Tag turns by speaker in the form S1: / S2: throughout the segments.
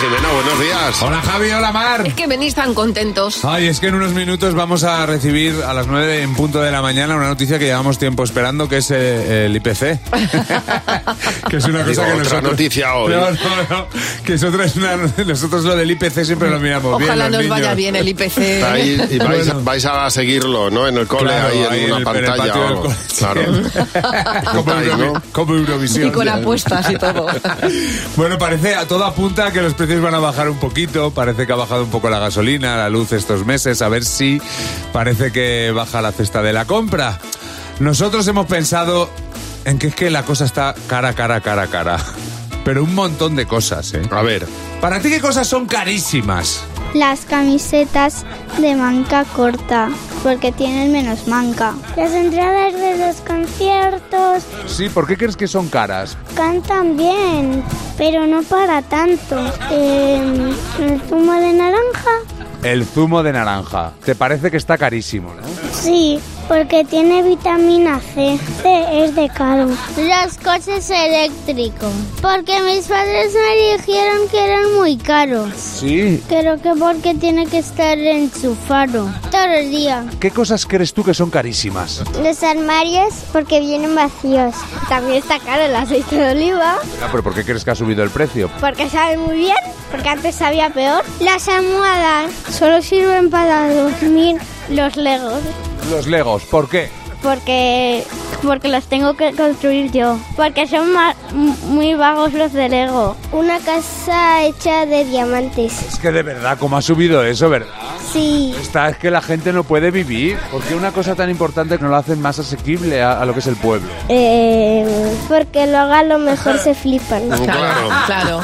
S1: Jimena, buenos días.
S2: Hola Javi, hola Mar.
S3: Es que venís tan contentos.
S2: Ay, es que en unos minutos vamos a recibir a las 9 en punto de la mañana una noticia que llevamos tiempo esperando, que es eh, el IPC. que es una
S1: Ah, Digo,
S2: cosa que
S1: otra
S2: nosotros...
S1: noticia hoy.
S2: No, no, no, que es otra- es una- nosotros lo del IPC siempre lo miramos bien.
S3: Ojalá
S2: los
S3: nos vaya
S2: niños.
S3: bien el IPC.
S1: Ahí- y vais, vais a seguirlo, ¿no? En el cole,
S2: Claro,
S1: ahí en
S2: ahí en
S1: una
S2: el- en el
S1: pantalla.
S2: patio del
S1: o-
S2: cole.
S1: claro.
S2: Como,
S1: Ahí,
S2: Eurovi-
S1: ¿no?
S2: como Eurovisión.
S3: Y con apuestas y todo.
S2: Bueno, parece a toda punta que los precios van a bajar un poquito. Parece que ha bajado un poco la gasolina, la luz estos meses. A ver si parece que baja la cesta de la compra. Nosotros hemos pensado en que es que la cosa está cara, cara, cara, cara. Pero un montón de cosas, ¿eh?
S1: A ver,
S2: ¿Para ti qué cosas son carísimas?
S4: Las camisetas de manca corta, porque tienen menos manca. Las entradas de los conciertos
S2: Sí, ¿por qué crees que son caras?
S4: cantan bien, pero no para tanto. Eh, el zumo de naranja,
S2: El zumo de naranja. ¿Te parece que está carísimo, no?
S4: sí, porque tiene vitamina C. C es de caro. Los coches eléctricos, porque mis padres me dijeron que eran muy caros.
S2: Sí.
S4: Creo que porque tiene que estar enchufado todo el día.
S2: ¿Qué cosas crees tú que son carísimas?
S4: Los armarios porque vienen vacíos. También está caro el aceite de oliva
S2: Ah, pero ¿por qué crees que ha subido el precio?
S4: porque sabe muy bien, porque antes sabía peor. Las almohadas solo sirven para dormir. Los legos
S2: Los legos, ¿por qué?
S4: porque porque los tengo que construir yo, porque son muy vagos los de Lego. Una casa hecha de diamantes.
S2: Es que de verdad, ¿cómo ha subido eso, verdad?
S4: Sí.
S2: Esta es que la gente no puede vivir. porque una cosa tan importante que no la hacen más asequible a, a lo que es el pueblo?
S4: Eh, porque luego a lo mejor se flipan.
S1: claro.
S3: claro.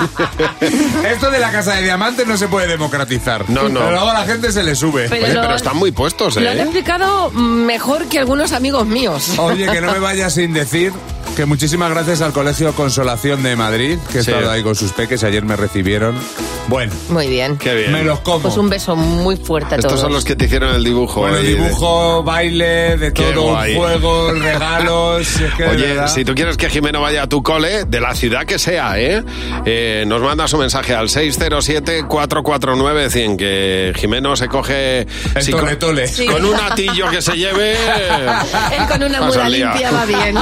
S2: Esto de la casa de diamantes no se puede democratizar.
S1: No, no.
S2: Pero luego a la gente se le sube.
S3: Pero
S1: Oye,
S3: lo-
S1: pero están muy puestos,
S3: Lo han
S1: ¿eh?
S3: explicado mejor que algunos amigos míos.
S1: Oh.
S2: Oye, que no me vaya sin decir que muchísimas gracias al Colegio Consolación de Madrid, que he
S1: Sí.
S2: estado ahí con sus peques, ayer me recibieron. Bueno,
S3: Muy bien.
S1: Qué bien.
S2: me los como.
S3: Pues un beso muy fuerte a
S1: Estos
S3: todos.
S1: son los que te hicieron el dibujo.
S2: Bueno,
S1: ahí de-
S2: dibujo, baile, de
S1: Qué
S2: todo,
S1: guay.
S2: juegos, regalos. es que de
S1: Oye,
S2: verdad-
S1: si tú quieres que Jimeno vaya a tu cole, de la ciudad que sea, ¿eh? Eh, nos manda su mensaje al 607-449-100, que Jimeno se coge...
S2: El
S1: si
S2: tole, tole.
S3: Sí.
S1: Con un atillo que se lleve...
S3: Él con una
S1: Vas
S3: muda
S1: al día.
S3: limpia va bien.